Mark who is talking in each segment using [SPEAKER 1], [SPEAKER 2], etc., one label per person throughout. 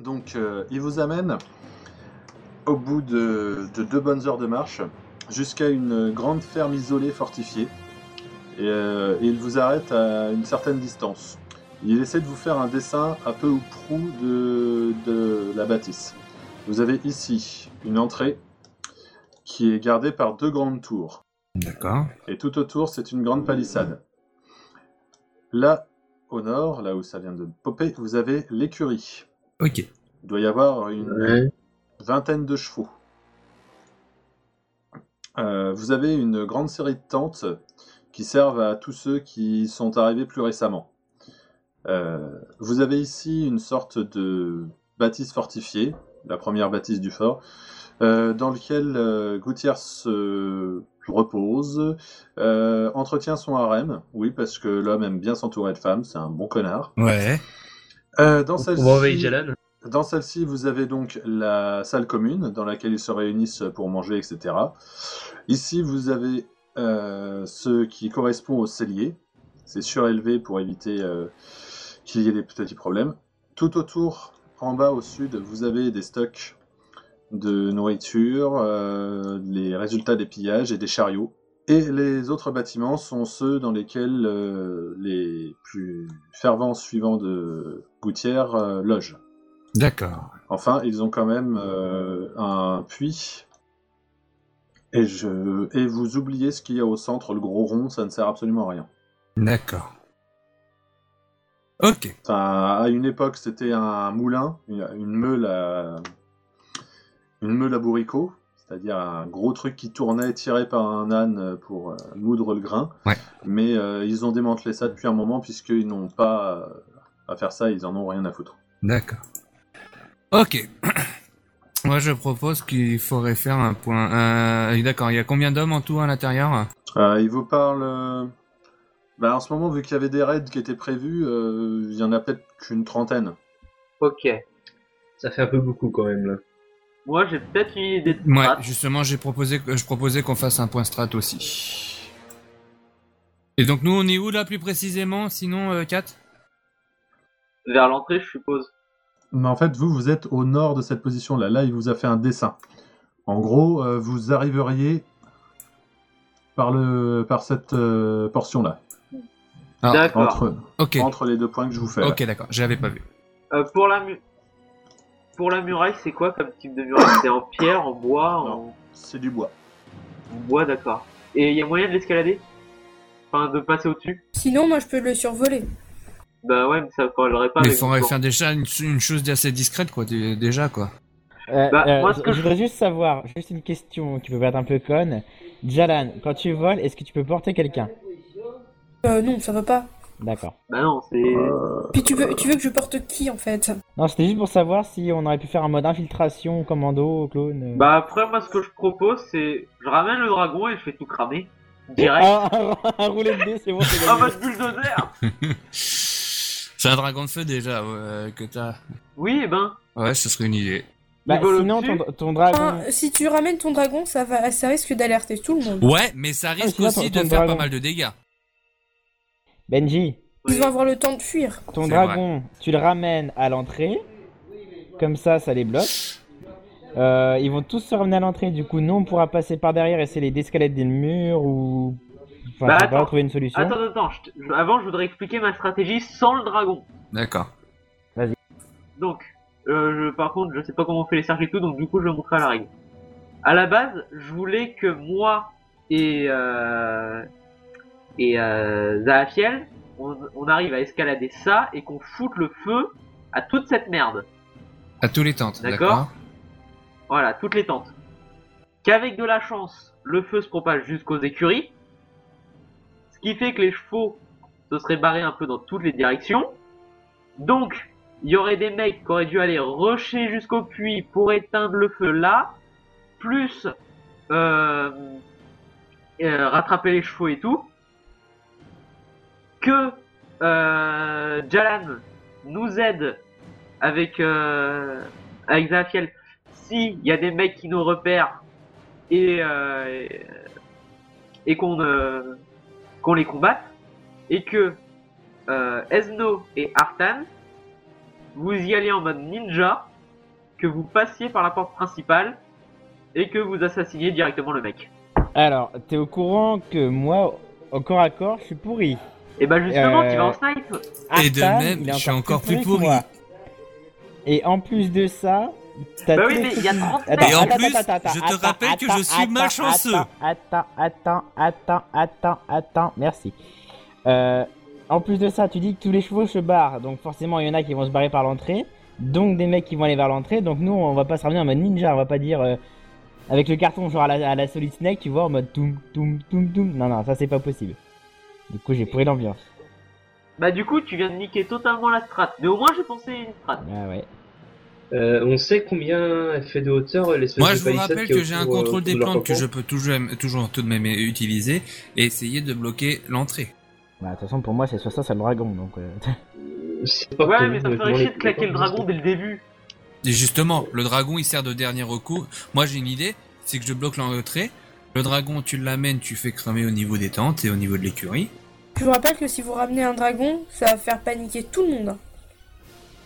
[SPEAKER 1] Donc, euh, il vous amène au bout de, de deux bonnes heures de marche jusqu'à une grande ferme isolée fortifiée. Et, euh, et il vous arrête à une certaine distance. Il essaie de vous faire un dessin un peu ou prou de, de la bâtisse. Vous avez ici une entrée qui est gardée par deux grandes tours.
[SPEAKER 2] D'accord.
[SPEAKER 1] Et tout autour, c'est une grande palissade. Là, au nord, là où ça vient de popper, vous avez l'écurie.
[SPEAKER 2] Ok.
[SPEAKER 1] Il doit y avoir une
[SPEAKER 3] Ouais.
[SPEAKER 1] vingtaine de chevaux. Euh, vous avez une grande série de tentes qui servent à tous ceux qui sont arrivés plus récemment. Euh, vous avez ici une sorte de bâtisse fortifiée, la première bâtisse du fort, euh, dans lequel euh, Gouthier se repose, euh, entretient son harem, oui, parce que l'homme aime bien s'entourer de femmes, c'est un bon connard.
[SPEAKER 2] Ouais.
[SPEAKER 1] Euh, dans
[SPEAKER 3] On va envahir
[SPEAKER 1] celle-ci,
[SPEAKER 3] Jalan.
[SPEAKER 1] dans celle-ci, vous avez donc la salle commune dans laquelle ils se réunissent pour manger, etc. Ici, vous avez euh, ce qui correspond au cellier. C'est surélevé pour éviter euh, qu'il y ait des petits problèmes. Tout autour, en bas au sud, vous avez des stocks de nourriture, euh, les résultats des pillages et des chariots. Et les autres bâtiments sont ceux dans lesquels euh, les plus fervents suivants de Gouttière euh, logent.
[SPEAKER 2] D'accord.
[SPEAKER 1] Enfin, ils ont quand même euh, un puits. Et, je... et vous oubliez ce qu'il y a au centre, le gros rond, ça ne sert absolument à rien.
[SPEAKER 2] D'accord. Ok.
[SPEAKER 1] Enfin, à une époque, c'était un moulin, une, une meule à... Une meule à bourricot, c'est-à-dire un gros truc qui tournait tiré par un âne pour euh, moudre le grain.
[SPEAKER 2] Ouais.
[SPEAKER 1] Mais euh, ils ont démantelé ça depuis un moment, puisqu'ils n'ont pas euh, à faire ça, ils en ont rien à foutre.
[SPEAKER 2] D'accord. Ok. Moi, je propose qu'il faudrait faire un point. Euh, D'accord. Il y a combien d'hommes en tout à l'intérieur
[SPEAKER 1] Euh, il vous parle. euh, Bah, en ce moment, vu qu'il y avait des raids qui étaient prévus, euh, il y en a peut-être qu'une trentaine.
[SPEAKER 4] Ok.
[SPEAKER 3] Ça fait un peu beaucoup quand même là.
[SPEAKER 4] Moi, j'ai peut-être une idée de
[SPEAKER 2] Ouais.
[SPEAKER 4] strat.
[SPEAKER 2] Justement, j'ai proposé, que- je proposais qu'on fasse un point strat aussi. Et donc, nous, on est où là plus précisément Sinon, euh, 4
[SPEAKER 4] Vers l'entrée, je suppose.
[SPEAKER 1] Mais en fait, vous, vous êtes au nord de cette position-là. Là, il vous a fait un dessin. En gros, euh, vous arriveriez par, le, par cette euh, portion-là,
[SPEAKER 2] Ah,
[SPEAKER 4] D'accord.
[SPEAKER 1] entre,
[SPEAKER 2] Ok.
[SPEAKER 1] entre les deux points que je vous fais. là.
[SPEAKER 2] Ok, d'accord. Je l'avais pas vu.
[SPEAKER 4] Euh, pour la mu- pour la muraille, c'est quoi comme type de muraille C'est en pierre, en bois, en,
[SPEAKER 1] C'est du bois.
[SPEAKER 4] en bois, d'accord. Et il y a moyen de l'escalader Enfin, de passer au-dessus
[SPEAKER 5] Sinon, moi, je peux le survoler.
[SPEAKER 4] Bah ouais, mais ça collerait pas
[SPEAKER 2] Mais il
[SPEAKER 4] avec
[SPEAKER 2] faudrait
[SPEAKER 4] mon
[SPEAKER 2] faire déjà une, une chose d'assez discrète, quoi. dé- Déjà, quoi.
[SPEAKER 6] Euh,
[SPEAKER 4] Bah,
[SPEAKER 6] euh,
[SPEAKER 4] moi, ce
[SPEAKER 6] je,
[SPEAKER 4] que
[SPEAKER 6] je
[SPEAKER 4] je-
[SPEAKER 6] voudrais juste savoir, juste une question qui peut paraître un peu conne. Jalan, quand tu voles, est-ce que tu peux porter quelqu'un
[SPEAKER 5] Euh, non, ça va pas.
[SPEAKER 6] D'accord.
[SPEAKER 4] plan. Bah non, c'est...
[SPEAKER 3] Euh.
[SPEAKER 5] Puis tu veux, tu veux que je porte qui, en fait
[SPEAKER 6] Non, c'était juste pour savoir si on aurait pu faire un mode infiltration, commando, clone. euh.
[SPEAKER 4] Bah après, moi, ce que je propose, c'est... Je ramène le dragon et je fais tout cramer. Direct.
[SPEAKER 6] Ah, un, un roulé de dés, c'est bon,
[SPEAKER 2] Oh.
[SPEAKER 6] c'est
[SPEAKER 4] Ah,
[SPEAKER 6] gagné.
[SPEAKER 4] votre bulldozer
[SPEAKER 2] C'est un dragon de feu déjà ouais, euh, que t'as.
[SPEAKER 4] Oui, et ben...
[SPEAKER 2] Ouais, ce serait une idée.
[SPEAKER 6] Bah,
[SPEAKER 4] il vole
[SPEAKER 6] sinon,
[SPEAKER 4] au-dessus.
[SPEAKER 6] ton, ton dragon.
[SPEAKER 5] Enfin, Ah, si tu ramènes ton dragon, ça, va, ça risque d'alerter tout le monde.
[SPEAKER 2] Ouais, mais ça
[SPEAKER 6] parce
[SPEAKER 2] risque
[SPEAKER 6] que là,
[SPEAKER 2] aussi
[SPEAKER 6] ton-
[SPEAKER 2] de
[SPEAKER 6] ton
[SPEAKER 2] faire
[SPEAKER 6] dragon-
[SPEAKER 2] pas mal de dégâts.
[SPEAKER 6] Benji,
[SPEAKER 5] Ils vont avoir le temps de fuir.
[SPEAKER 6] ton
[SPEAKER 2] C'est
[SPEAKER 6] dragon, tu le ramènes à l'entrée. Comme ça, ça les bloque. Euh, ils vont tous se ramener à l'entrée, du coup, nous on pourra passer par derrière, essayer les d'escalader le mur ou. Enfin,
[SPEAKER 4] Bah,
[SPEAKER 6] on va
[SPEAKER 4] attends.
[SPEAKER 6] trouver une solution.
[SPEAKER 4] Attends, attends, je te- je- avant je voudrais expliquer ma stratégie sans le dragon.
[SPEAKER 2] D'accord.
[SPEAKER 4] Donc, euh, je- par contre, je sais pas comment on fait les serges et tout, donc du coup je vais montrer à la règle. À la base, je voulais que moi et euh, et euh, Zahafiel, on, on arrive à escalader ça et qu'on foute le feu à toute cette merde.
[SPEAKER 2] À tous les tentes.
[SPEAKER 4] D'accord.
[SPEAKER 2] D'accord.
[SPEAKER 4] Voilà, toutes les tentes. Qu'avec de la chance, le feu se propage jusqu'aux écuries, ce qui fait que les chevaux se seraient barrés un peu dans toutes les directions. Donc, il y aurait des mecs qui auraient dû aller rusher jusqu'au puits pour éteindre le feu là, plus euh, euh, rattraper les chevaux et tout, que euh, Jalan nous aide avec euh, avec Zafiel si il y a des mecs qui nous repèrent et euh, et- et qu'on euh, qu'on les combatte et que euh, Esno et Artan vous y allez en mode ninja, que vous passiez par la porte principale et que vous assassiniez directement le mec.
[SPEAKER 6] Alors, t'es au courant que moi, au corps à corps, je suis pourri.
[SPEAKER 4] Et bah justement,
[SPEAKER 6] Euh,
[SPEAKER 4] tu vas en snipe.
[SPEAKER 2] Et de
[SPEAKER 6] Artan,
[SPEAKER 2] même,
[SPEAKER 6] il est
[SPEAKER 2] je suis encore plus
[SPEAKER 6] que
[SPEAKER 2] pourri.
[SPEAKER 6] moi. Et en plus de ça, t'as
[SPEAKER 4] Bah oui,
[SPEAKER 6] tous
[SPEAKER 4] mais
[SPEAKER 6] les-
[SPEAKER 4] il y a 30
[SPEAKER 6] Attends,
[SPEAKER 4] mecs.
[SPEAKER 2] Et en
[SPEAKER 6] attends,
[SPEAKER 2] plus,
[SPEAKER 6] attends, attends,
[SPEAKER 2] je te
[SPEAKER 6] attends,
[SPEAKER 2] rappelle que je suis
[SPEAKER 6] attends,
[SPEAKER 2] malchanceux.
[SPEAKER 6] Attends, attends, attends, attends, attends, merci. Euh, en plus de ça, tu dis que tous les chevaux se barrent, donc forcément il y en a qui vont se barrer par l'entrée, donc des mecs qui vont aller vers l'entrée, donc nous on va pas se ramener en mode ninja, on va pas dire euh, avec le carton genre à la, à la solid snake, tu vois, en mode toum toum toum toum. Non, non, ça c'est pas possible. Du coup j'ai pourri l'ambiance.
[SPEAKER 4] Bah du coup, tu viens de niquer totalement la strat. Mais au moins, j'ai pensé à une strat.
[SPEAKER 6] Ah ouais.
[SPEAKER 3] Euh, on sait combien elle fait de hauteur euh, l'espèce
[SPEAKER 2] Moi,
[SPEAKER 3] de
[SPEAKER 2] je vous
[SPEAKER 3] palissade
[SPEAKER 2] rappelle
[SPEAKER 3] qui est
[SPEAKER 2] que j'ai un
[SPEAKER 3] autour, euh,
[SPEAKER 2] contrôle des
[SPEAKER 3] autour de leur
[SPEAKER 2] plantes que
[SPEAKER 3] campement
[SPEAKER 2] je peux toujours, toujours tout de même utiliser et essayer de bloquer l'entrée.
[SPEAKER 6] Bah de toute façon pour moi c'est soit ça, soit le dragon, donc. euh,
[SPEAKER 3] C'est pas
[SPEAKER 4] Ouais,
[SPEAKER 3] prévu,
[SPEAKER 4] mais ça me
[SPEAKER 3] honnêtement,
[SPEAKER 4] ferait chier
[SPEAKER 3] les-
[SPEAKER 4] de claquer
[SPEAKER 3] les
[SPEAKER 4] le
[SPEAKER 3] campements,
[SPEAKER 4] dragon dès le début.
[SPEAKER 2] Et justement, le dragon, il sert de dernier recours. Moi, j'ai une idée, c'est que je bloque l'entrée. Le dragon, tu l'amènes, tu fais cramer au niveau des tentes et au niveau de l'écurie.
[SPEAKER 5] Je vous rappelle que si vous ramenez un dragon, ça va faire paniquer tout le monde.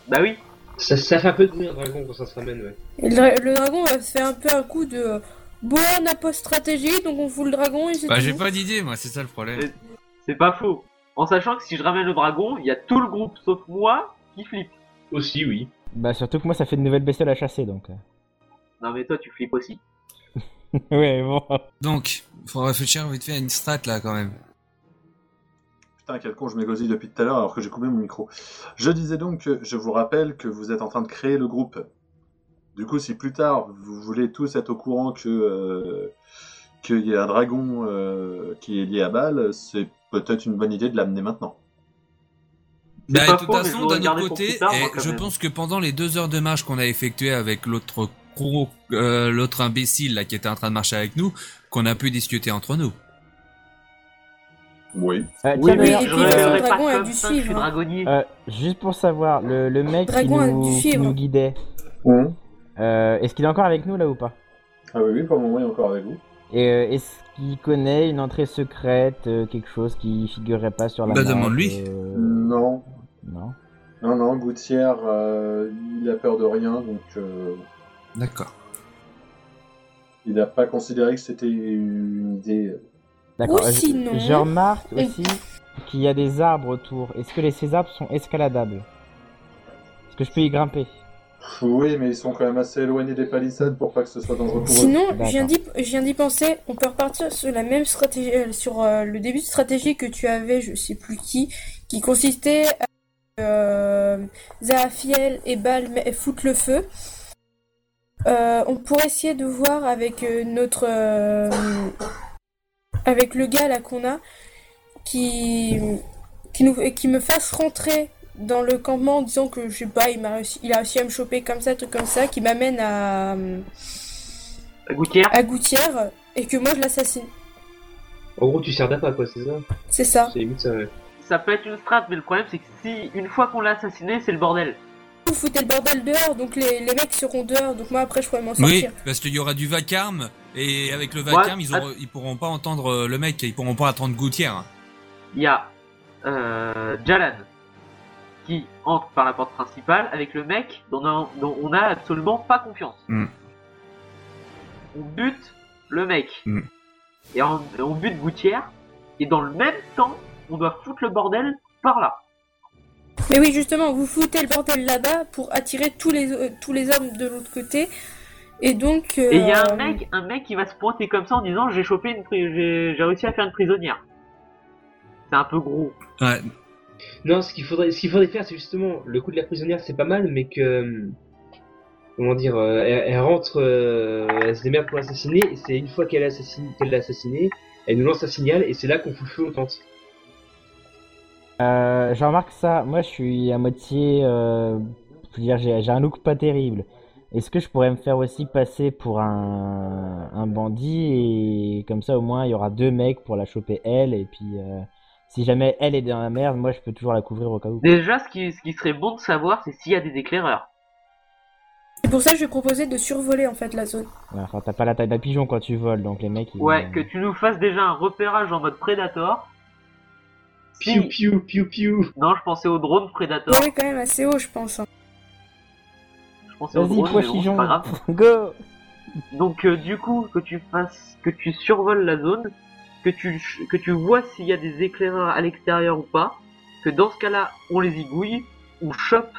[SPEAKER 4] Bah oui.
[SPEAKER 3] Ça, ça fait un peu de bruit un dragon quand ça se ramène, ouais.
[SPEAKER 5] Et le, dra- le dragon va se faire un peu un coup de euh, bon, on n'a pas de stratégie, donc on fout le dragon et c'est
[SPEAKER 2] Bah,
[SPEAKER 5] tout.
[SPEAKER 2] j'ai pas d'idée, moi, c'est ça le problème.
[SPEAKER 4] C'est pas faux. En sachant que si je ramène le dragon, il y a tout le groupe sauf moi qui flippe.
[SPEAKER 3] Aussi, oui.
[SPEAKER 6] Bah surtout que moi ça fait de nouvelles bestioles à chasser donc. euh.
[SPEAKER 4] Non mais toi tu flippes aussi.
[SPEAKER 6] ouais bon.
[SPEAKER 2] Donc, faut réfléchir vite fait à une strat là quand même.
[SPEAKER 1] Putain, quel con, je m'égosille depuis tout à l'heure alors que j'ai coupé mon micro. Je disais donc que je vous rappelle que vous êtes en train de créer le groupe. Du coup, si plus tard vous voulez tous être au courant que euh, qu'il y a un dragon euh, qui est lié à Bâle, c'est peut-être une bonne idée de l'amener maintenant.
[SPEAKER 2] Bah,
[SPEAKER 4] pas
[SPEAKER 2] de toute
[SPEAKER 4] faux, mais je
[SPEAKER 2] façon,
[SPEAKER 4] l'aurais
[SPEAKER 2] d'un
[SPEAKER 4] gardé
[SPEAKER 2] autre
[SPEAKER 4] pour
[SPEAKER 2] côté,
[SPEAKER 4] plus tard,
[SPEAKER 2] et
[SPEAKER 4] moi, quand
[SPEAKER 2] je
[SPEAKER 4] même.
[SPEAKER 2] pense que pendant les deux heures de marche qu'on a effectuées avec l'autre gros, euh, l'autre imbécile là qui était en train de marcher avec nous, qu'on a pu discuter entre nous.
[SPEAKER 1] Oui.
[SPEAKER 6] Euh,
[SPEAKER 5] Oui, Ah, mais
[SPEAKER 6] tiens, d'ailleurs,
[SPEAKER 5] Et
[SPEAKER 4] je
[SPEAKER 5] puis,
[SPEAKER 6] euh,
[SPEAKER 5] le
[SPEAKER 4] révélerai pas
[SPEAKER 5] dragon a
[SPEAKER 4] comme
[SPEAKER 5] dû
[SPEAKER 4] ça que je suis
[SPEAKER 5] suivre, hein.
[SPEAKER 4] dragonnier.
[SPEAKER 6] euh, juste pour savoir, le, le mec qui
[SPEAKER 5] Dragon a
[SPEAKER 6] nous,
[SPEAKER 5] dû
[SPEAKER 6] qui
[SPEAKER 5] suivre.
[SPEAKER 6] nous guidait, euh, est-ce qu'il est encore avec nous là ou pas
[SPEAKER 1] Ah oui, oui, pour le moment, il est encore avec vous.
[SPEAKER 6] Et euh, est-ce qu'il connaît une entrée secrète, euh, quelque chose qui figurerait pas sur la
[SPEAKER 2] Bah,
[SPEAKER 6] map,
[SPEAKER 2] demande-lui.
[SPEAKER 6] euh,
[SPEAKER 1] Non,
[SPEAKER 6] Non.
[SPEAKER 1] non, non, Gouttière, euh, il a peur de rien, donc euh,
[SPEAKER 2] D'accord.
[SPEAKER 1] il n'a pas considéré que c'était une idée.
[SPEAKER 6] D'accord.
[SPEAKER 5] Ou
[SPEAKER 6] euh, je-
[SPEAKER 5] sinon-
[SPEAKER 6] Je remarque
[SPEAKER 5] Et-
[SPEAKER 6] aussi qu'il y a des arbres autour. Est-ce que les, ces arbres sont escaladables Est-ce que je peux y grimper
[SPEAKER 1] Pff, Oui, mais ils sont quand même assez éloignés des palissades pour pas que ce soit dangereux pour eux.
[SPEAKER 5] Sinon,
[SPEAKER 6] D'accord.
[SPEAKER 5] je viens d'y- je viens d'y penser, on peut repartir sur la même stratégie, euh, sur euh, le début de stratégie que tu avais, je sais plus qui, qui consistait à euh, Zahafiel et Bal mais- foutent le feu. Euh, on pourrait essayer de voir avec euh, notre. euh, avec le gars là qu'on a, qui. qui, nous, qui me fasse rentrer dans le campement en disant que, je sais pas, il, m'a réussi, il a réussi à me choper comme ça, truc comme ça, qui m'amène à. euh,
[SPEAKER 4] Gouttière,
[SPEAKER 5] à Gouttière et que moi je l'assassine.
[SPEAKER 3] En gros, tu sers d'appât, quoi, c'est ça
[SPEAKER 5] C'est
[SPEAKER 4] Ah.
[SPEAKER 5] ça.
[SPEAKER 3] C'est limite ça, ouais.
[SPEAKER 4] ça peut être une strat, mais le problème c'est que si une fois qu'on l'a assassiné, c'est le bordel.
[SPEAKER 5] Vous foutez le bordel dehors, donc les, les mecs seront dehors, donc moi après je pourrais m'en
[SPEAKER 2] Oui,
[SPEAKER 5] sortir.
[SPEAKER 2] parce qu'il y aura du vacarme et avec le
[SPEAKER 4] Ouais, ah.
[SPEAKER 2] vacarme, ils,
[SPEAKER 4] att-
[SPEAKER 2] auront- ils pourront pas entendre euh, le mec, ils pourront pas attendre hein. Gouttière.
[SPEAKER 4] Il y a euh, Jalan qui entre par la porte principale avec le mec dont on, dont on a absolument pas confiance.
[SPEAKER 2] Mm.
[SPEAKER 4] On bute le mec
[SPEAKER 2] Mm.
[SPEAKER 4] et on, on bute Gouttière et dans le même temps, on doit foutre le bordel par là.
[SPEAKER 5] Mais oui, justement, vous foutez le bordel là-bas pour attirer tous les, euh, tous les hommes de l'autre côté. Et donc. euh,
[SPEAKER 4] Et il y a un mec, un mec qui va se pointer comme ça en disant j'ai chopé une pri- j'ai j'ai réussi à faire une prisonnière. C'est un peu gros.
[SPEAKER 2] Ouais.
[SPEAKER 3] Non, ce qu'il faudrait, ce qu'il faudrait faire, c'est justement le coup de la prisonnière, c'est pas mal, mais que euh, comment dire, euh, elle, elle rentre, euh, elle se démerde pour l'assassiner, et c'est une fois qu'elle assassine, qu'elle l'a assassiné, elle nous lance un signal, et c'est là qu'on fout le feu aux tentes.
[SPEAKER 6] Euh, je remarque ça. Moi, je suis à moitié. Euh, je veux dire, j'ai j'ai un look pas terrible. Est-ce que je pourrais me faire aussi passer pour un, un bandit et comme ça, au moins, il y aura deux mecs pour la choper elle et puis. euh, Si jamais elle est dans la merde, moi je peux toujours la couvrir au cas où.
[SPEAKER 4] Déjà, ce qui, ce qui serait bon de savoir, c'est s'il y a des éclaireurs.
[SPEAKER 5] C'est pour ça que je vais proposer de survoler en fait la zone.
[SPEAKER 6] Ouais, Enfin, t'as pas la taille d'un pigeon quand tu voles, donc les mecs. Ils...
[SPEAKER 4] Ouais, que tu nous fasses déjà un repérage en mode Predator. Si-
[SPEAKER 3] Piou piou piou piou.
[SPEAKER 4] Non, je pensais au drone Predator.
[SPEAKER 5] On est quand même assez haut, je pense. hein.
[SPEAKER 4] pensais au
[SPEAKER 6] Vas-y,
[SPEAKER 4] drone,
[SPEAKER 6] toi,
[SPEAKER 4] mais bon,
[SPEAKER 6] pigeon.
[SPEAKER 4] c'est pas grave.
[SPEAKER 6] Go
[SPEAKER 4] Donc euh, du coup, que tu fasses, que tu survoles la zone, que tu ch- que tu vois s'il y a des éclaireurs à l'extérieur ou pas, que dans ce cas-là, on les igouille ou chope,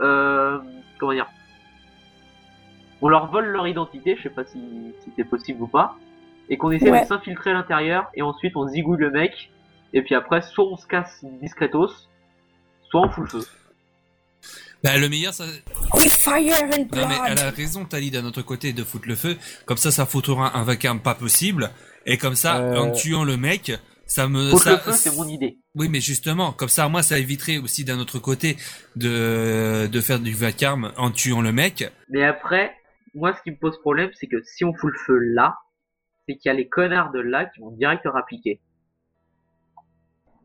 [SPEAKER 4] euh, comment dire, on leur vole leur identité, je sais pas si, si c'est possible ou pas, et qu'on essaie
[SPEAKER 5] Ouais.
[SPEAKER 4] de s'infiltrer à l'intérieur et ensuite on zigouille le mec et puis après soit on se casse discretos, soit on fout le feu.
[SPEAKER 2] Bah, le meilleur, ça...
[SPEAKER 5] With fire and
[SPEAKER 2] Non, mais euh, elle
[SPEAKER 5] blood.
[SPEAKER 2] a raison, Tali, d'un autre côté, de foutre le feu. Comme ça, ça foutra un, un vacarme pas possible. Et comme ça,
[SPEAKER 6] Euh.
[SPEAKER 2] en tuant le mec, ça me...
[SPEAKER 4] Foutre
[SPEAKER 2] ça-
[SPEAKER 4] le feu, c'est mon idée.
[SPEAKER 2] Oui, mais justement, comme ça, moi, ça éviterait aussi d'un autre côté de, de faire du vacarme en tuant le mec.
[SPEAKER 4] Mais après, moi, ce qui me pose problème, c'est que si on fout le feu là, c'est qu'il y a les connards de là qui vont direct leur appliquer.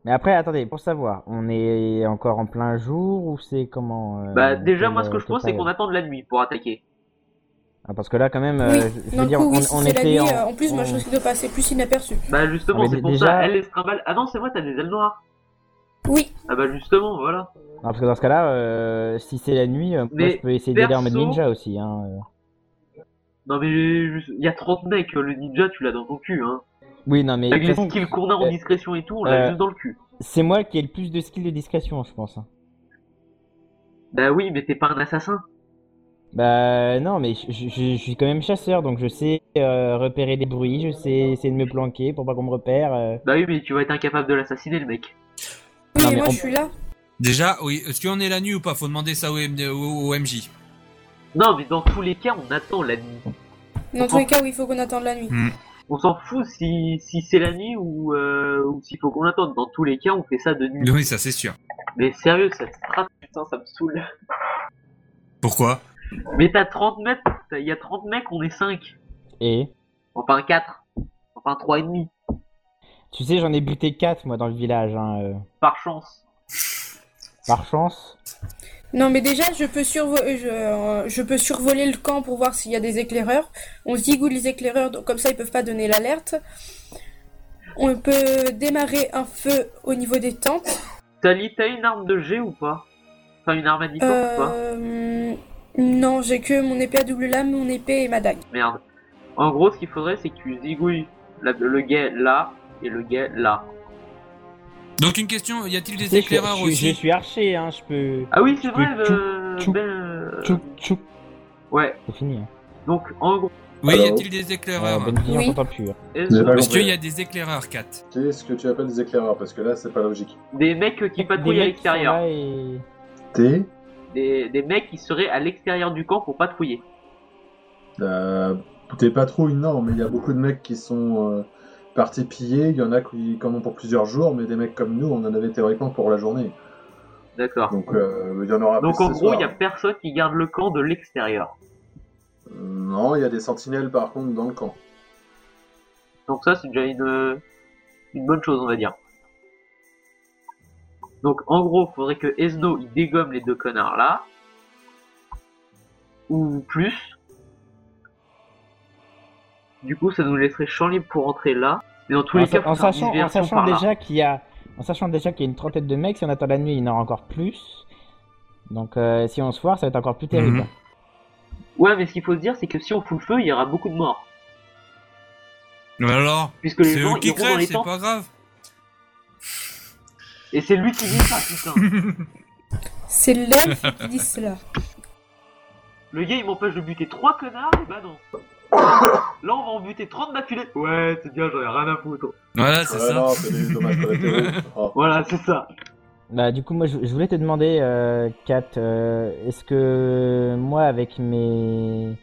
[SPEAKER 6] Mais après, attendez, pour savoir, on est encore en plein jour ou c'est comment euh,
[SPEAKER 4] bah, déjà,
[SPEAKER 6] quelle-
[SPEAKER 4] moi, ce que je
[SPEAKER 6] quelle
[SPEAKER 4] pense, c'est qu'on
[SPEAKER 6] période
[SPEAKER 4] attend de la nuit pour attaquer.
[SPEAKER 6] Ah, parce que là, quand même,
[SPEAKER 5] Oui,
[SPEAKER 6] euh, je- je
[SPEAKER 5] D'un
[SPEAKER 6] veux dire,
[SPEAKER 5] coup,
[SPEAKER 6] on,
[SPEAKER 5] oui, si
[SPEAKER 6] on
[SPEAKER 5] c'est la
[SPEAKER 6] était
[SPEAKER 5] nuit,
[SPEAKER 6] en...
[SPEAKER 5] euh, en plus, moi,
[SPEAKER 6] on-
[SPEAKER 5] je risque de passer plus inaperçu.
[SPEAKER 4] Bah,
[SPEAKER 6] Ah,
[SPEAKER 4] justement,
[SPEAKER 6] mais
[SPEAKER 4] c'est
[SPEAKER 6] d-
[SPEAKER 4] pour
[SPEAKER 6] déjà-
[SPEAKER 4] ça. Elle, les Scrabble. Ah non, c'est vrai, t'as des ailes noires.
[SPEAKER 5] Oui,
[SPEAKER 4] Ah bah, justement, voilà.
[SPEAKER 6] Ah, parce que dans ce cas-là, euh, si c'est la nuit, euh, moi,
[SPEAKER 4] Mais
[SPEAKER 6] je peux essayer d'aider en mode
[SPEAKER 4] perso-
[SPEAKER 6] ninja aussi. Hein. euh.
[SPEAKER 4] Non, mais juste- il y a 30 mecs, le ninja, tu l'as dans ton cul, hein.
[SPEAKER 6] Oui, non, mais de
[SPEAKER 4] Avec
[SPEAKER 6] toute
[SPEAKER 4] les
[SPEAKER 6] façon,
[SPEAKER 4] skills courants en
[SPEAKER 6] euh,
[SPEAKER 4] discrétion et tout, on l'a
[SPEAKER 6] euh,
[SPEAKER 4] juste dans le cul.
[SPEAKER 6] c'est moi qui ai le plus de skills de discrétion, je pense. hein.
[SPEAKER 4] Bah oui, mais t'es pas un assassin.
[SPEAKER 6] Bah non, mais je, je- je suis quand même chasseur, donc je sais euh, repérer des bruits, je sais essayer de me planquer pour pas qu'on me repère. euh.
[SPEAKER 4] Bah oui, mais tu vas être incapable de l'assassiner, le mec.
[SPEAKER 5] oui,
[SPEAKER 6] Non,
[SPEAKER 5] mais
[SPEAKER 6] mais
[SPEAKER 5] moi,
[SPEAKER 6] on-
[SPEAKER 5] je suis là.
[SPEAKER 2] Déjà, oui, est-ce qu'on est la nuit ou pas Faut demander ça au, M- au- au MJ.
[SPEAKER 4] Non, mais dans tous les cas, on attend la nuit.
[SPEAKER 5] Dans tous les cas, oui, il faut qu'on attende la nuit.
[SPEAKER 4] On s'en fout si, si c'est la nuit ou, euh, ou s'il faut qu'on attende. Dans tous les cas, on fait ça de nuit.
[SPEAKER 2] Oui, ça, c'est sûr.
[SPEAKER 4] Mais sérieux, cette strat, putain, ça me saoule.
[SPEAKER 2] Pourquoi
[SPEAKER 4] Mais t'as 30 mètres, t'as- il y a 30 mecs, on est 5.
[SPEAKER 6] Et
[SPEAKER 4] Enfin 4. Enfin 3,5.
[SPEAKER 6] tu sais, j'en ai buté 4 moi dans le village, hein, euh,
[SPEAKER 4] Par chance.
[SPEAKER 6] par chance.
[SPEAKER 5] Non, mais déjà, je peux, survo- euh, je, euh, je peux survoler le camp pour voir s'il y a des éclaireurs. On zigouille les éclaireurs, donc comme ça, ils peuvent pas donner l'alerte. On peut démarrer un feu au niveau des tentes.
[SPEAKER 4] T'as li- t'as une arme de G ou pas Enfin, une arme à distance ou pas
[SPEAKER 5] Euh, non, j'ai que mon épée à double lame, mon épée et ma dague.
[SPEAKER 4] Merde. En gros, ce qu'il faudrait, c'est que tu zigouilles la- le gars là et le gars là.
[SPEAKER 2] Donc, une question, y a-t-il
[SPEAKER 6] Tu
[SPEAKER 2] des
[SPEAKER 6] sais, je suis-
[SPEAKER 2] éclaireurs
[SPEAKER 6] je, suis-
[SPEAKER 2] aussi
[SPEAKER 6] je suis archer, hein, je peux.
[SPEAKER 4] Ah oui, c'est
[SPEAKER 6] Je
[SPEAKER 4] vrai,
[SPEAKER 6] peux tout-
[SPEAKER 4] euh,
[SPEAKER 6] tout-
[SPEAKER 4] ben, euh,
[SPEAKER 6] Tchouk tchouk,
[SPEAKER 4] Ouais.
[SPEAKER 6] c'est fini. hein.
[SPEAKER 4] Donc, en gros,
[SPEAKER 2] Oui, y
[SPEAKER 1] Alors
[SPEAKER 2] a-t-il des
[SPEAKER 6] Euh,
[SPEAKER 4] Ah,
[SPEAKER 2] éclaireurs
[SPEAKER 6] Benji,
[SPEAKER 5] Oui.
[SPEAKER 6] on t'entend plus. hein.
[SPEAKER 4] est-ce
[SPEAKER 1] J'ai pas
[SPEAKER 2] Est-ce
[SPEAKER 1] compris.
[SPEAKER 2] qu'il y a des éclaireurs, Kat
[SPEAKER 1] Qu'est-ce que tu appelles des éclaireurs Parce que là, c'est pas logique.
[SPEAKER 4] des mecs qui patrouillent à
[SPEAKER 6] mecs qui sont
[SPEAKER 4] l'extérieur.
[SPEAKER 6] là et-
[SPEAKER 1] T'es
[SPEAKER 4] des, des mecs qui seraient à l'extérieur du camp pour patrouiller.
[SPEAKER 1] euh, T'es patrouille, non, mais il y a beaucoup de mecs qui sont euh, partis piller. Il y en a qui en ont pour plusieurs jours, mais des mecs comme nous, on en avait théoriquement pour la journée.
[SPEAKER 4] D'accord.
[SPEAKER 1] Donc euh, il y en aura
[SPEAKER 4] Donc
[SPEAKER 1] plus
[SPEAKER 4] en
[SPEAKER 1] ce
[SPEAKER 4] gros, il
[SPEAKER 1] soir.
[SPEAKER 4] y a personne qui garde le camp de l'extérieur.
[SPEAKER 1] Non, il y a des sentinelles par contre dans le camp.
[SPEAKER 4] Donc ça, c'est déjà une, une bonne chose, on va dire. Donc en gros, faudrait que Esno il dégomme les deux connards là. Ou plus. Du coup, ça nous laisserait champ libre pour entrer là. Mais dans tous
[SPEAKER 6] en,
[SPEAKER 4] les
[SPEAKER 6] sa-
[SPEAKER 4] cas,
[SPEAKER 6] en
[SPEAKER 4] faut faire une
[SPEAKER 6] sachant, en
[SPEAKER 4] diversion
[SPEAKER 6] sachant
[SPEAKER 4] par là.
[SPEAKER 6] déjà qu'il y a, en sachant déjà qu'il y a une trentaine de mecs, si on attend la nuit, il y en aura encore plus. Donc euh, si on se foire, ça va être encore plus terrible.
[SPEAKER 2] Mhm.
[SPEAKER 4] Ouais, mais ce qu'il faut se dire, c'est que si on fout le feu, il y aura beaucoup de morts.
[SPEAKER 2] Alors
[SPEAKER 4] Puisque les
[SPEAKER 2] C'est
[SPEAKER 4] gens
[SPEAKER 2] eux
[SPEAKER 4] ils
[SPEAKER 2] qui
[SPEAKER 4] iront dans
[SPEAKER 2] crèvent,
[SPEAKER 4] les
[SPEAKER 2] c'est
[SPEAKER 4] temps.
[SPEAKER 2] pas grave.
[SPEAKER 4] Et c'est lui qui dit ça, putain.
[SPEAKER 5] C'est l'elfe qui dit cela.
[SPEAKER 4] Le gars il m'empêche de buter 3 connards, et bah non. Là on va en buter 30 maculés. Ouais, c'est bien, j'en ai rien à foutre.
[SPEAKER 2] Voilà, c'est
[SPEAKER 1] Ah
[SPEAKER 2] ça.
[SPEAKER 1] Non, c'est des dommages collatéraux. Oh.
[SPEAKER 4] Voilà, c'est ça.
[SPEAKER 6] Bah du coup, moi, je, je voulais te demander, euh, Kat, euh, est-ce que moi, avec mes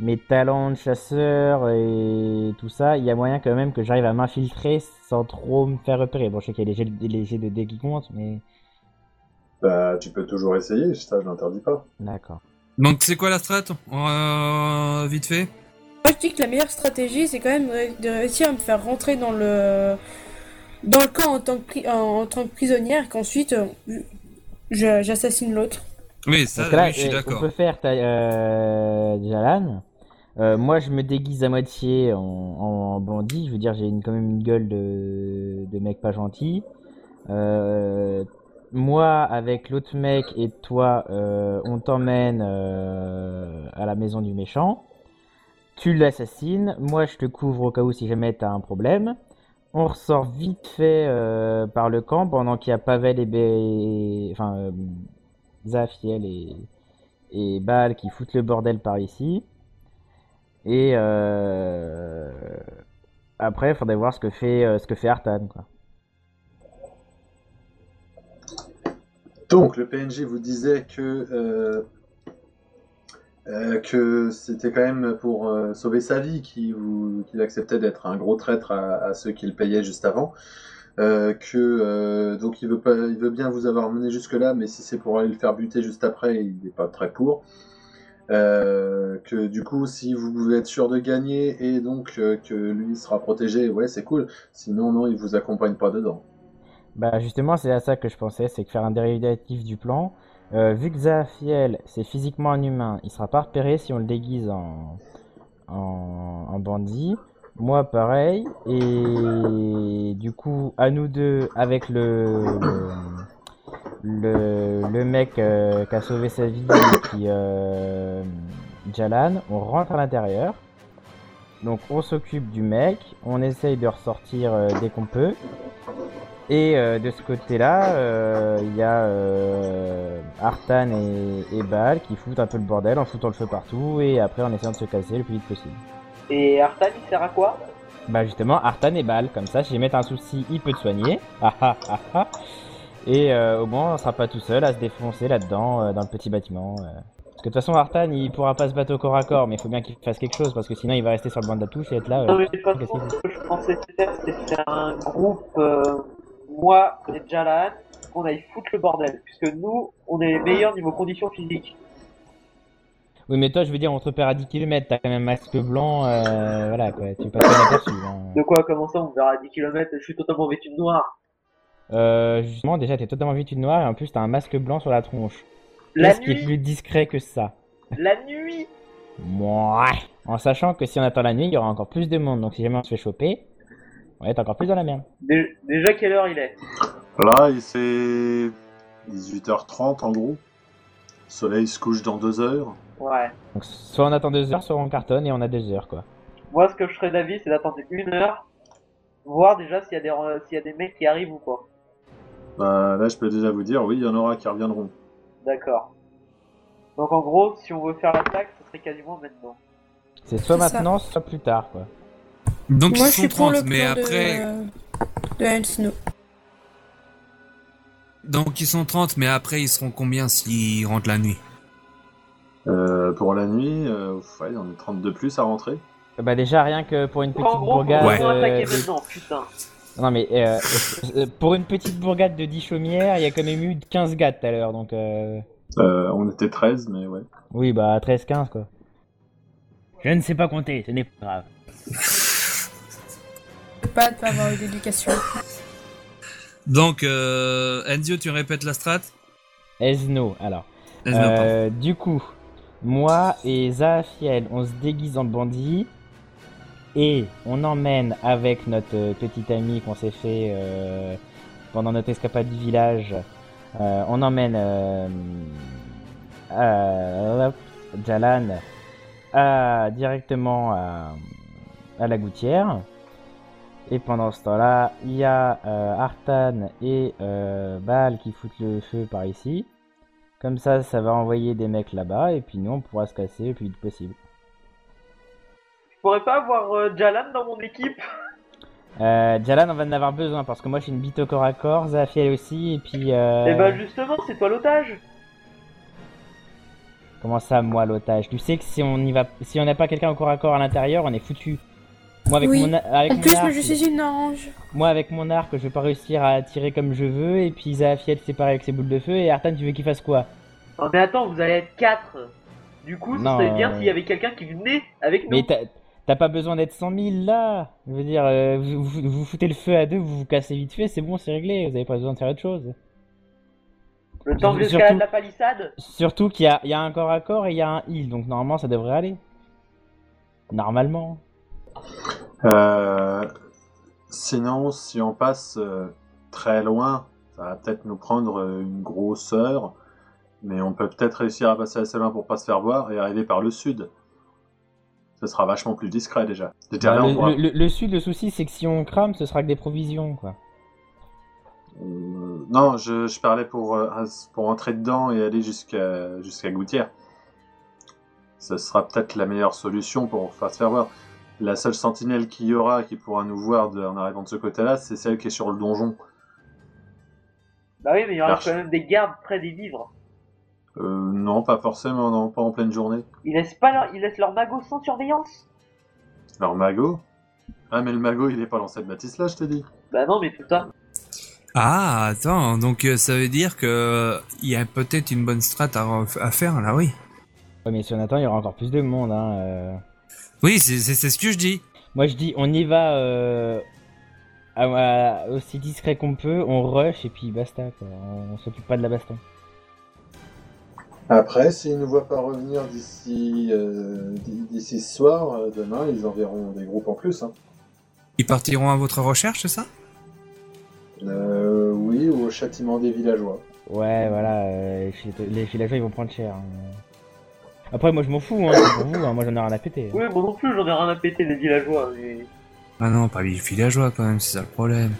[SPEAKER 6] mes talents de chasseur et tout ça, il y a moyen quand même que j'arrive à m'infiltrer sans trop me faire repérer. Bon, je sais qu'il y a les jets, de- les jets de dés qui comptent, mais
[SPEAKER 1] Bah, tu peux toujours essayer, ça je l'interdis pas.
[SPEAKER 6] d'accord.
[SPEAKER 2] Donc, c'est quoi la strat Euh, Vite fait
[SPEAKER 5] Moi, je dis que la meilleure stratégie, c'est quand même de- de réussir à me faire rentrer dans le dans le camp en tant que, pri- en, en tant que prisonnière, et qu'ensuite euh, je- j'assassine l'autre.
[SPEAKER 2] Oui,
[SPEAKER 6] Parce
[SPEAKER 2] ça,
[SPEAKER 6] que là,
[SPEAKER 2] oui, je suis
[SPEAKER 6] euh, on
[SPEAKER 2] d'accord.
[SPEAKER 6] peut faire ta- euh, Jalan. Euh, moi, je me déguise à moitié en, en bandit. Je veux dire, j'ai une- quand même une gueule de, de mec pas gentil. Euh, moi, avec l'autre mec et toi, euh, on t'emmène euh, à la maison du méchant. Tu l'assassines. Moi, je te couvre au cas où si jamais t'as un problème. On ressort vite fait euh, par le camp pendant qu'il y a Pavel et Bé- enfin euh, Zafiel et et Bal qui foutent le bordel par ici. Et euh, après, il faudrait voir ce que fait euh, ce que fait Artan. Quoi.
[SPEAKER 1] Donc, le PNJ vous disait que, euh, euh, que c'était quand même pour euh, sauver sa vie qu'il vous- qu'il acceptait d'être un gros traître à, à ceux qui le payaient juste avant. Euh, que euh, donc il veut pas, il veut bien vous avoir mené jusque là, mais si c'est pour aller le faire buter juste après, il n'est pas très pour. Euh, que du coup, si vous pouvez être sûr de gagner et donc euh, que lui sera protégé, ouais, c'est cool. Sinon, non, il vous accompagne pas dedans.
[SPEAKER 6] Bah justement, c'est à ça que je pensais, c'est que faire un dérivatif du plan. Euh, vu que Zafiel, c'est physiquement un humain, il sera pas repéré si on le déguise en, en, en bandit. Moi, pareil. Et du coup, à nous deux, avec le le, le mec euh, qui a sauvé sa vie, qui euh, Jalan, on rentre à l'intérieur. Donc, on s'occupe du mec, on essaye de ressortir euh, dès qu'on peut. Et euh, de ce côté-là, euh, il y a euh, Artan et, et Baal qui foutent un peu le bordel en foutant le feu partout et après en essayant de se casser le plus vite possible.
[SPEAKER 4] Et Artan, il sert à quoi
[SPEAKER 6] Bah justement, Artan et Baal, comme ça, si jamais t'as un souci, il peut te soigner. Ah, ah, ah, ah. et euh, au moins, on sera pas tout seul à se défoncer là-dedans, euh, dans le petit bâtiment. euh. Parce que de toute façon, Artan, il pourra pas se battre au corps à corps, mais il faut bien qu'il fasse quelque chose, parce que sinon, il va rester sur le banc de la touche et être là. euh,
[SPEAKER 4] Non, mais de toute
[SPEAKER 6] qu'est-ce qu'il
[SPEAKER 4] façon,
[SPEAKER 6] fait
[SPEAKER 4] ce que je pensais faire, c'est faire un groupe, euh, moi et Jalan, qu'on aille foutre le bordel. Puisque nous, on est les meilleurs niveau conditions physiques.
[SPEAKER 6] Oui, mais toi, je veux dire, on te perd à 10 km, t'as quand même un masque blanc, euh, voilà quoi, tu passes pas inaperçu. hein.
[SPEAKER 4] De quoi commencer On verra à 10 km, je suis totalement vêtu de noir.
[SPEAKER 6] Euh, justement, déjà, t'es totalement vêtu de noir et en plus, t'as un masque blanc sur la tronche.
[SPEAKER 4] La
[SPEAKER 6] Qu'est-ce qui est
[SPEAKER 4] nuit
[SPEAKER 6] plus discret que ça
[SPEAKER 4] La nuit
[SPEAKER 6] Mouais. En sachant que si on attend la nuit, il y aura encore plus de monde, donc si jamais on se fait choper, on va être encore plus dans la merde.
[SPEAKER 4] Dé- Déjà, quelle heure il est
[SPEAKER 1] Voilà, et c'est 18h30 en gros. Le soleil se couche dans deux heures.
[SPEAKER 4] Ouais.
[SPEAKER 6] Donc, soit on attend deux heures, soit on cartonne et on a deux heures, quoi.
[SPEAKER 4] Moi, ce que je serais d'avis, c'est d'attendre une heure, voir déjà s'il y, a des re- s'il y a des mecs qui arrivent ou pas.
[SPEAKER 1] Bah, là, je peux déjà vous dire, oui, il y en aura qui reviendront.
[SPEAKER 4] D'accord. Donc en gros, si on veut faire l'attaque, ce serait quasiment maintenant.
[SPEAKER 6] C'est soit
[SPEAKER 5] C'est ça.
[SPEAKER 6] maintenant, soit plus tard, quoi.
[SPEAKER 2] Donc
[SPEAKER 5] Moi,
[SPEAKER 2] ils
[SPEAKER 5] je
[SPEAKER 2] sont
[SPEAKER 5] suis pour le
[SPEAKER 2] 30,
[SPEAKER 5] plan
[SPEAKER 2] mais
[SPEAKER 5] de,
[SPEAKER 2] après...
[SPEAKER 5] euh, de Al Snow.
[SPEAKER 2] Donc ils sont 30, mais après ils seront combien s'ils rentrent la nuit
[SPEAKER 1] Euh, pour la nuit, euh, ouais, il y en a 32 plus à rentrer.
[SPEAKER 6] Bah, déjà, rien que pour une petite
[SPEAKER 4] En gros,
[SPEAKER 6] bourgade.
[SPEAKER 4] on va
[SPEAKER 6] euh,
[SPEAKER 4] attaquer
[SPEAKER 6] de-
[SPEAKER 4] maintenant, putain.
[SPEAKER 6] Non, mais euh, euh, pour une petite bourgade de 10 chaumières, il y a quand même eu 15 gars tout à l'heure, donc euh...
[SPEAKER 1] Euh, on était 13, mais ouais.
[SPEAKER 6] Oui, bah 13-15 quoi. Je ne sais pas compter, ce n'est pas grave.
[SPEAKER 5] Je peux pas de pas avoir eu d'éducation.
[SPEAKER 2] Donc euh, Enzio, tu répètes la strat
[SPEAKER 6] Esno, alors.
[SPEAKER 2] Enzo, pardon.
[SPEAKER 6] Euh, du coup, moi et Zafiel, on se déguise en bandit. Et on emmène avec notre euh, petite amie qu'on s'est fait euh, pendant notre escapade du village. euh, on emmène euh, euh, Jalan à- directement à, à la gouttière. Et pendant ce temps-là, il y a euh, Artan et euh, Baal qui foutent le feu par ici. Comme ça, ça va envoyer des mecs là-bas, et puis nous, on pourra se casser le plus vite possible.
[SPEAKER 4] Je pourrais pas avoir euh, Jalan dans mon équipe
[SPEAKER 6] Euh, Jalan, on va en avoir besoin, parce que moi, je suis une bite au corps à corps, Zafiel aussi, et puis... Euh...
[SPEAKER 4] Et bah justement, c'est toi l'otage.
[SPEAKER 6] Comment ça, moi, l'otage Tu sais que si on y va, si on n'a pas quelqu'un au corps à corps à l'intérieur, on est foutu. Moi, avec
[SPEAKER 5] Oui.
[SPEAKER 6] mon, a- avec
[SPEAKER 5] En
[SPEAKER 6] mon
[SPEAKER 5] plus,
[SPEAKER 6] arc...
[SPEAKER 5] moi, je suis une orange.
[SPEAKER 6] Moi, avec mon arc, je vais pas réussir à tirer comme je veux, et puis Zafiel, c'est pareil avec ses boules de feu, et Artan, tu veux qu'il fasse quoi
[SPEAKER 4] Non mais attends, vous allez être 4 Du coup, ce
[SPEAKER 6] Non,
[SPEAKER 4] serait bien
[SPEAKER 6] euh,
[SPEAKER 4] s'il y avait quelqu'un qui venait avec nous.
[SPEAKER 6] Mais t'as t'as pas besoin d'être 100 000, là Je veux dire, euh, vous, vous, vous foutez le feu à deux, vous vous cassez vite fait, c'est bon, c'est réglé, vous avez pas besoin de faire autre chose.
[SPEAKER 4] Le temps que
[SPEAKER 6] surtout-
[SPEAKER 4] j'escalade la palissade
[SPEAKER 6] Surtout qu'il y a, il y a un corps à corps et il y a un heal, donc normalement ça devrait aller. Normalement.
[SPEAKER 1] Euh, sinon, si on passe euh, très loin, Ça va peut-être nous prendre euh, une grosse heure, mais on peut peut-être réussir à passer à Salin pour pas se faire voir et arriver par le sud. Ce sera vachement plus discret déjà. J'étais là, on pourra-
[SPEAKER 6] Bah, le, le- le sud, le souci, c'est que si on crame, ce sera que des provisions, quoi.
[SPEAKER 1] Euh, non, je, je parlais pour, euh, as- pour entrer dedans et aller jusqu'à jusqu'à Gouttière. Ce sera peut-être la meilleure solution pour faire se faire voir. La seule sentinelle qu'il y aura qui pourra nous voir de- en arrivant de ce côté-là, c'est celle qui est sur le donjon.
[SPEAKER 4] Bah oui, mais il y aura
[SPEAKER 1] Merci.
[SPEAKER 4] quand même des gardes près des vivres.
[SPEAKER 1] Euh, non, pas forcément, non, pas en pleine journée.
[SPEAKER 4] Ils laissent pas leur, ils laissent leur magot sans surveillance.
[SPEAKER 1] Alors, Mago Ah, mais le Mago, il est pas dans cette bâtisse-là, je te dis.
[SPEAKER 4] Bah non, mais tout ça.
[SPEAKER 2] Ah, attends, donc euh, ça veut dire que euh, il y a peut-être une bonne strat à, ref- à faire, là, oui.
[SPEAKER 6] Ouais, mais si on attend, il y aura encore plus de monde, hein. euh.
[SPEAKER 2] Oui, c'est c'est- c'est ce que je dis.
[SPEAKER 6] Moi, je dis, on y va euh, à- à- aussi discret qu'on peut, on rush et puis basta, quoi. On, on s'occupe pas de la baston.
[SPEAKER 1] Après, s'ils ne voient pas revenir d'ici euh, d'ici ce soir, euh, demain, ils enverront des groupes en plus. hein.
[SPEAKER 2] Ils partiront à votre recherche, c'est ça
[SPEAKER 1] Euh, oui, au châtiment des villageois.
[SPEAKER 6] Ouais, voilà, euh, les- les villageois ils vont prendre cher. hein. Après, moi je m'en fous, hein, c'est pour vous, hein, moi j'en ai rien à péter.
[SPEAKER 4] Oui, bon non plus, j'en ai rien à péter des villageois. mais-
[SPEAKER 2] Ah non, pas les villageois, quand même, c'est ça le problème.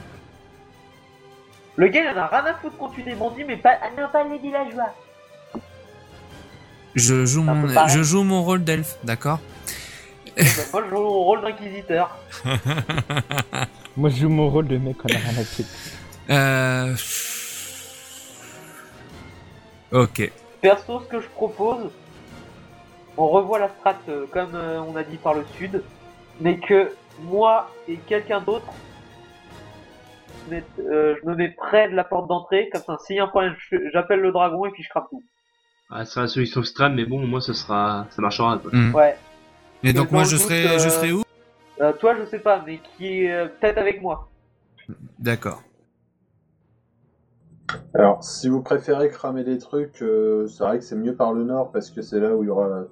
[SPEAKER 4] Le gars, il en a rien à foutre quand tu bandits, mais pas, ah non, pas les villageois.
[SPEAKER 2] Je joue,
[SPEAKER 4] un
[SPEAKER 2] mon,
[SPEAKER 4] peu pareil.
[SPEAKER 2] je joue mon rôle d'elfe, d'accord
[SPEAKER 4] Bah, moi, je joue mon rôle d'inquisiteur.
[SPEAKER 6] Moi je joue mon rôle de mec, on a rien à péter.
[SPEAKER 2] Euh... Ok.
[SPEAKER 4] Perso, ce que je propose, on revoit la strat euh, comme euh, on a dit par le sud, mais que moi et quelqu'un d'autre, je mette- euh, je me mets près de la porte d'entrée, comme ça, s'il y a un problème, je- j'appelle le dragon et puis je crame tout.
[SPEAKER 3] Ah, c'est la solution extrême, mais bon, au moins, ça sera, ça marchera. Quoi.
[SPEAKER 2] Hmm.
[SPEAKER 4] Ouais.
[SPEAKER 2] Et donc
[SPEAKER 4] dans
[SPEAKER 2] moi
[SPEAKER 4] le
[SPEAKER 2] je
[SPEAKER 4] doute,
[SPEAKER 2] serai, je
[SPEAKER 4] euh,
[SPEAKER 2] serai où
[SPEAKER 4] Euh, toi, je sais pas, mais qui est euh, peut-être avec moi.
[SPEAKER 2] D'accord.
[SPEAKER 1] Alors, si vous préférez cramer des trucs, euh, c'est vrai que c'est mieux par le nord parce que c'est là où il y aura la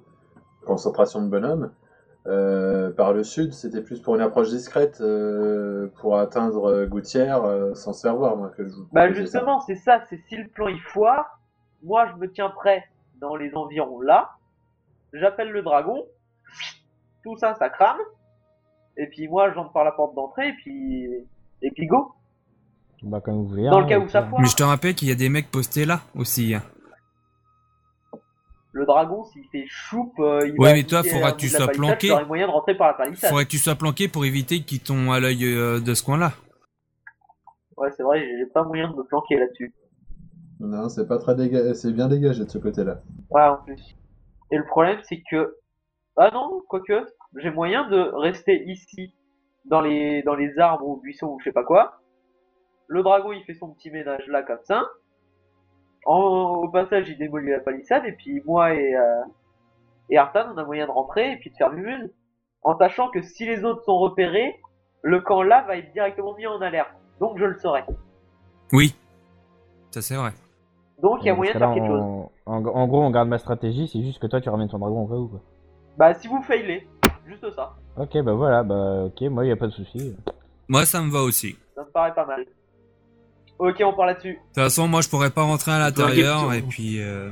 [SPEAKER 1] concentration de bonhommes. Euh, par le sud, c'était plus pour une approche discrète euh, pour atteindre euh, Gouttière euh, sans se faire voir, moi, que je vous
[SPEAKER 4] Bah
[SPEAKER 1] proposais ça.
[SPEAKER 4] justement, c'est ça, c'est si le plan il foire, moi je me tiens prêt dans les environs là, j'appelle le dragon, tout ça ça crame, et puis moi j'entre par la porte d'entrée, et puis... Et puis go
[SPEAKER 6] Bah, comme vous voulez.
[SPEAKER 4] Dans
[SPEAKER 6] hein,
[SPEAKER 4] le cas
[SPEAKER 6] et
[SPEAKER 4] où
[SPEAKER 6] puis,
[SPEAKER 4] ça
[SPEAKER 6] hein.
[SPEAKER 4] foire,
[SPEAKER 2] Mais je te rappelle qu'il y a des mecs postés là aussi. hein.
[SPEAKER 4] le dragon s'il fait choupe, euh, il
[SPEAKER 2] Ouais,
[SPEAKER 4] va
[SPEAKER 2] mais toi,
[SPEAKER 4] éviter
[SPEAKER 2] faudra
[SPEAKER 4] la-
[SPEAKER 2] que tu
[SPEAKER 4] la
[SPEAKER 2] sois
[SPEAKER 4] palissade,
[SPEAKER 2] planqué.
[SPEAKER 4] j'aurai moyen de rentrer par la palissade.
[SPEAKER 2] Faudrait que tu sois planqué pour éviter qu'ils tombent à l'œil euh, de ce coin-là.
[SPEAKER 4] Ouais, c'est vrai, j'ai pas moyen de me planquer là-dessus.
[SPEAKER 1] Non, c'est pas très déga- c'est bien dégagé de ce côté-là.
[SPEAKER 4] Ouais, en plus. Et le problème, c'est que... Ah non, quoique, j'ai moyen de rester ici, dans les, dans les arbres ou buissons ou je sais pas quoi. Le dragon, il fait son petit ménage là, comme ça. En- Au passage, il démolit la palissade, et puis moi et, euh, et Artan, on a moyen de rentrer et puis de faire mumule. En sachant que si les autres sont repérés, le camp là va être directement mis en alerte. Donc je le saurai.
[SPEAKER 2] Oui. Ça c'est vrai.
[SPEAKER 4] Donc il y a
[SPEAKER 6] Dans
[SPEAKER 4] moyen
[SPEAKER 6] ce
[SPEAKER 4] de
[SPEAKER 6] cas-là,
[SPEAKER 4] faire quelque chose.
[SPEAKER 6] on- En, en gros, on garde ma stratégie, c'est juste que toi tu ramènes ton dragon au cas où, quoi.
[SPEAKER 4] Bah si vous failez, juste ça.
[SPEAKER 6] Ok, bah voilà, bah ok, moi y a pas de souci.
[SPEAKER 2] Moi ça me va aussi. De
[SPEAKER 4] Ça me paraît pas mal. Ok, on part là-dessus.
[SPEAKER 2] toute façon, moi je pourrais pas rentrer à
[SPEAKER 3] Faudrait
[SPEAKER 2] l'intérieur
[SPEAKER 3] qu'il-
[SPEAKER 2] et puis. euh,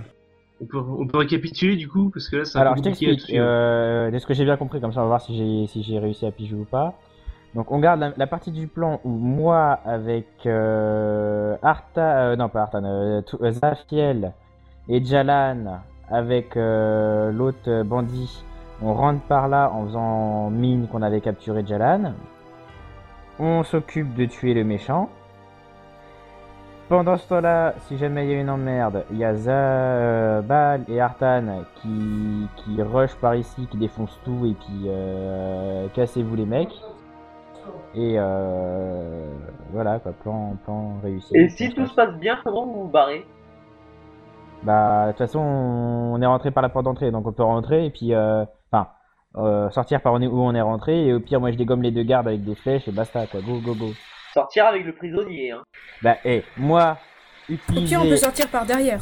[SPEAKER 3] On, peut, on peut récapituler, du coup, parce que là, ça
[SPEAKER 6] Alors, je t'explique.
[SPEAKER 3] hein.
[SPEAKER 6] Euh, de ce que j'ai bien compris, comme ça, on va voir si j'ai si j'ai réussi à piger ou pas. Donc, on garde la, la partie du plan où moi, avec euh, Arta, euh, non pas Arta, euh, tout- euh, Zafiel et Jalan, avec euh, l'autre euh, bandit, on rentre par là en faisant mine qu'on avait capturé Jalan. On s'occupe de tuer le méchant. Pendant ce temps-là, si jamais il y a une emmerde, il y a Zabal et Artan qui, qui rushent par ici, qui défoncent tout et puis euh, cassez-vous les mecs. Et euh, voilà quoi, plan, plan réussi.
[SPEAKER 4] Et si tout se passe bien, comment vous vous barrez
[SPEAKER 6] Bah de toute façon, on est rentré par la porte d'entrée, donc on peut rentrer et puis euh, enfin euh, sortir par où on est- où on est rentré et au pire moi je dégomme les deux gardes avec des flèches et basta quoi, go go go.
[SPEAKER 4] Sortir avec le prisonnier, hein.
[SPEAKER 6] Bah hé, moi
[SPEAKER 5] Au pire, on peut
[SPEAKER 6] utiliser
[SPEAKER 5] sortir par derrière.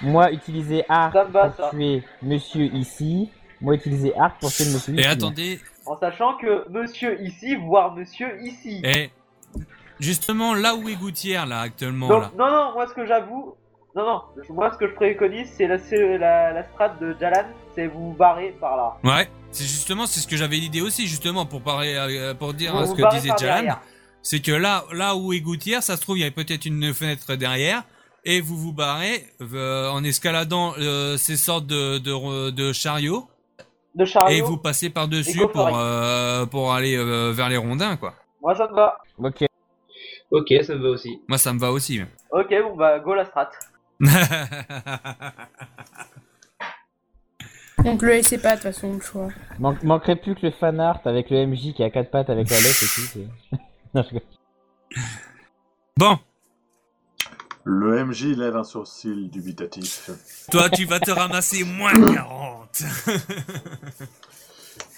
[SPEAKER 6] Moi, utiliser arc
[SPEAKER 4] Ça me va,
[SPEAKER 6] pour
[SPEAKER 4] ça.
[SPEAKER 6] tuer monsieur ici. Moi, utiliser arc pour tuer monsieur
[SPEAKER 2] Et
[SPEAKER 6] ici.
[SPEAKER 2] attendez,
[SPEAKER 4] En sachant que monsieur ici, voire monsieur ici.
[SPEAKER 2] eh, Justement, là où est Gouttière, là, actuellement,
[SPEAKER 4] Donc,
[SPEAKER 2] là.
[SPEAKER 4] non, non, moi ce que j'avoue, non, non, je- moi ce que je préconise, c'est la, c'est la, la strat de Jalan, c'est vous barrer par là.
[SPEAKER 2] Ouais. C'est justement, c'est ce que j'avais l'idée aussi, justement, pour parler, euh, pour dire
[SPEAKER 4] Vous
[SPEAKER 2] euh, ce
[SPEAKER 4] vous
[SPEAKER 2] que
[SPEAKER 4] barrez
[SPEAKER 2] disait
[SPEAKER 4] par
[SPEAKER 2] Jalan.
[SPEAKER 4] derrière.
[SPEAKER 2] C'est que là, là où est Gouttière, ça se trouve, il y a peut-être une fenêtre derrière, et vous vous barrez euh, en escaladant euh, ces sortes de, de, de chariots,
[SPEAKER 4] De chariot,
[SPEAKER 2] et vous passez par
[SPEAKER 4] Et
[SPEAKER 2] dessus
[SPEAKER 4] go for it.
[SPEAKER 2] pour euh, pour aller euh, vers les rondins, quoi.
[SPEAKER 4] moi ça me va.
[SPEAKER 6] Ok. euh,
[SPEAKER 3] Ok, ça me va aussi.
[SPEAKER 2] Moi, ça me va aussi. mais.
[SPEAKER 4] Ok, bon bah go la strat.
[SPEAKER 5] Donc le laissez pas de toute façon le choix.
[SPEAKER 6] Man- manquerait plus que le fan art avec le MJ qui a quatre pattes avec la lettre et tout. c'est- Non, je rigole.
[SPEAKER 2] bon,
[SPEAKER 1] Le MJ lève un sourcil dubitatif.
[SPEAKER 2] toi, tu vas te ramasser moins de 40.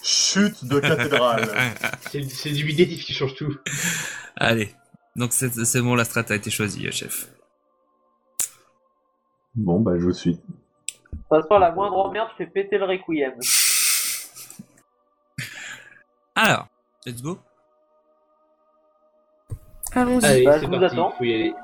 [SPEAKER 1] Chute de cathédrale.
[SPEAKER 3] C'est c'est du bidétif qui change tout.
[SPEAKER 2] Allez. Donc c'est c'est bon, la strat a été choisie, euh, chef.
[SPEAKER 1] bon, bah, je suis.
[SPEAKER 4] Ça se passe la moindre emmerde, je fais péter le requiem.
[SPEAKER 2] Alors, let's go.
[SPEAKER 5] Allons-y.
[SPEAKER 3] Allez,
[SPEAKER 4] Bah, je
[SPEAKER 3] c'est
[SPEAKER 4] vous
[SPEAKER 3] parti,
[SPEAKER 5] Bah,
[SPEAKER 4] attends.
[SPEAKER 3] faut y aller.